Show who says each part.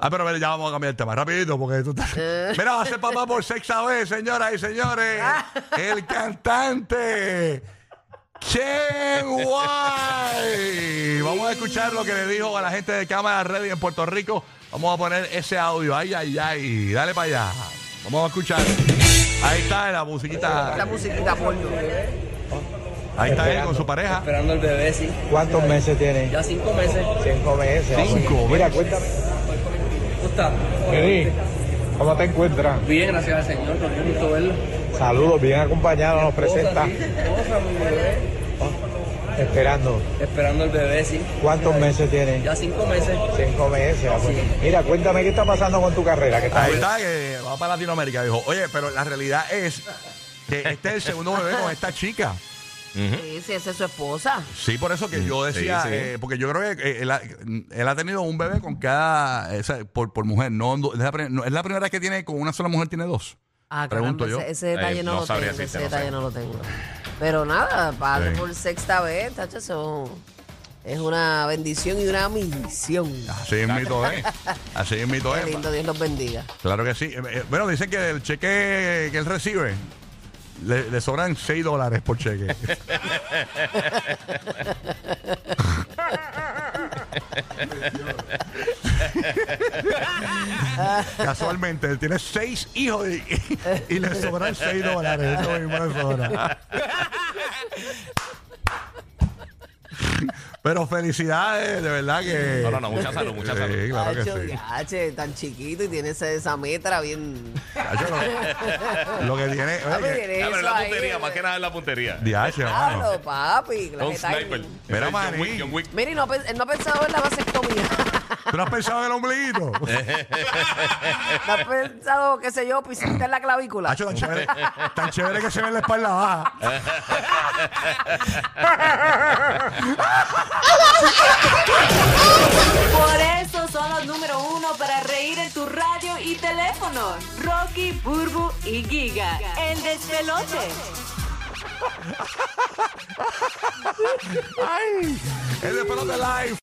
Speaker 1: Ah, pero a ver, ya vamos a cambiar el tema. Rapidito, porque tú estás... Mira, va a ser papá por sexta vez, señoras y señores. El cantante. Chen Guay. Vamos a escuchar lo que le dijo a la gente de Cámara Ready en Puerto Rico. Vamos a poner ese audio. Ay, ay, ay. Dale para allá. Vamos a escuchar. Ahí está la
Speaker 2: Esta
Speaker 1: musiquita.
Speaker 2: musiquita porno.
Speaker 1: Ahí está él con su pareja.
Speaker 3: Esperando el bebé, sí.
Speaker 4: ¿Cuántos meses tiene?
Speaker 3: Ya cinco meses.
Speaker 4: Cinco meses. ah, pues.
Speaker 1: Cinco
Speaker 4: Mira,
Speaker 1: meses.
Speaker 4: cuéntame.
Speaker 3: ¿Cómo está?
Speaker 4: Feliz, ¿Cómo te encuentras?
Speaker 3: Bien, gracias al Señor. Con un gusto verlo.
Speaker 4: Saludos, bien acompañado, nos presenta.
Speaker 3: Esposa, sí. Esposa, mi bebé.
Speaker 4: Esperando.
Speaker 3: Esperando el bebé, sí.
Speaker 4: ¿Cuántos meses tiene?
Speaker 3: Ya cinco meses.
Speaker 4: Cinco meses. ah, pues. Mira, cuéntame qué está pasando con tu carrera. ¿Qué está
Speaker 1: Ahí está, que va para Latinoamérica, dijo. Oye, pero la realidad es que este es el segundo bebé con esta chica.
Speaker 2: Sí, sí, esa es su esposa.
Speaker 1: Sí, por eso que yo decía,
Speaker 5: sí.
Speaker 1: eh, porque yo creo que eh, él, ha, él ha tenido un bebé con cada, eh, o sea, por, por mujer, no, no, es la, pri- no, es la primera vez que tiene con una sola mujer tiene dos.
Speaker 2: Ah,
Speaker 1: Pregunto
Speaker 2: caramba,
Speaker 1: yo.
Speaker 2: Ese, ese detalle
Speaker 5: Eh,
Speaker 2: no,
Speaker 5: no
Speaker 2: lo
Speaker 5: sabría
Speaker 2: tengo, ese
Speaker 5: decirte, no
Speaker 2: detalle
Speaker 5: sé.
Speaker 2: no lo tengo. Pero nada, padre
Speaker 1: Sí.
Speaker 2: por sexta vez, tacho, eso es una bendición y una misión.
Speaker 1: Así es mito, ¿eh? Así es mito,
Speaker 2: Qué
Speaker 1: ¿eh?
Speaker 2: lindo, Dios los bendiga.
Speaker 1: Claro que sí. Eh, eh, Bueno, dicen que el cheque que él recibe le, le sobran 6 dólares por cheque. Casualmente, él tiene 6 hijos y, y- y le sobran 6 dólares. Eso mismo le sobra. Pero felicidades, de verdad que.
Speaker 5: No, no, no, mucha salud, mucha
Speaker 1: Sí,
Speaker 5: salud.
Speaker 1: claro que
Speaker 2: Tacho,
Speaker 1: sí.
Speaker 2: yache, tan chiquito y tiene esa, esa metra bien.
Speaker 1: Cacho, lo, lo que tiene.
Speaker 2: Papi,
Speaker 1: oye, que-
Speaker 2: pues tiene
Speaker 5: Ah, pero es
Speaker 2: eso
Speaker 5: la
Speaker 2: ahí,
Speaker 5: puntería, más que nada es la puntería.
Speaker 1: Diache, hermano.
Speaker 2: Claro, papi. clase
Speaker 5: Un sniper.
Speaker 2: timing.
Speaker 1: Mira,
Speaker 5: Ese es John
Speaker 1: maní.
Speaker 5: Wick, John Wick.
Speaker 2: Mira, y no, pe- él no ha pensado en la vasectomía.
Speaker 1: ¿Tú no has pensado en el ombliguito?
Speaker 2: no ha pensado, qué sé yo, pisarte en la clavícula.
Speaker 1: Hacho, tan chévere, tan chévere que se ve en la espalda baja.
Speaker 6: Por eso son los número uno para reír en tu radio y teléfono. Rocky, Burbu y Giga. El despelote.
Speaker 1: ¡Ay! El de pelota live.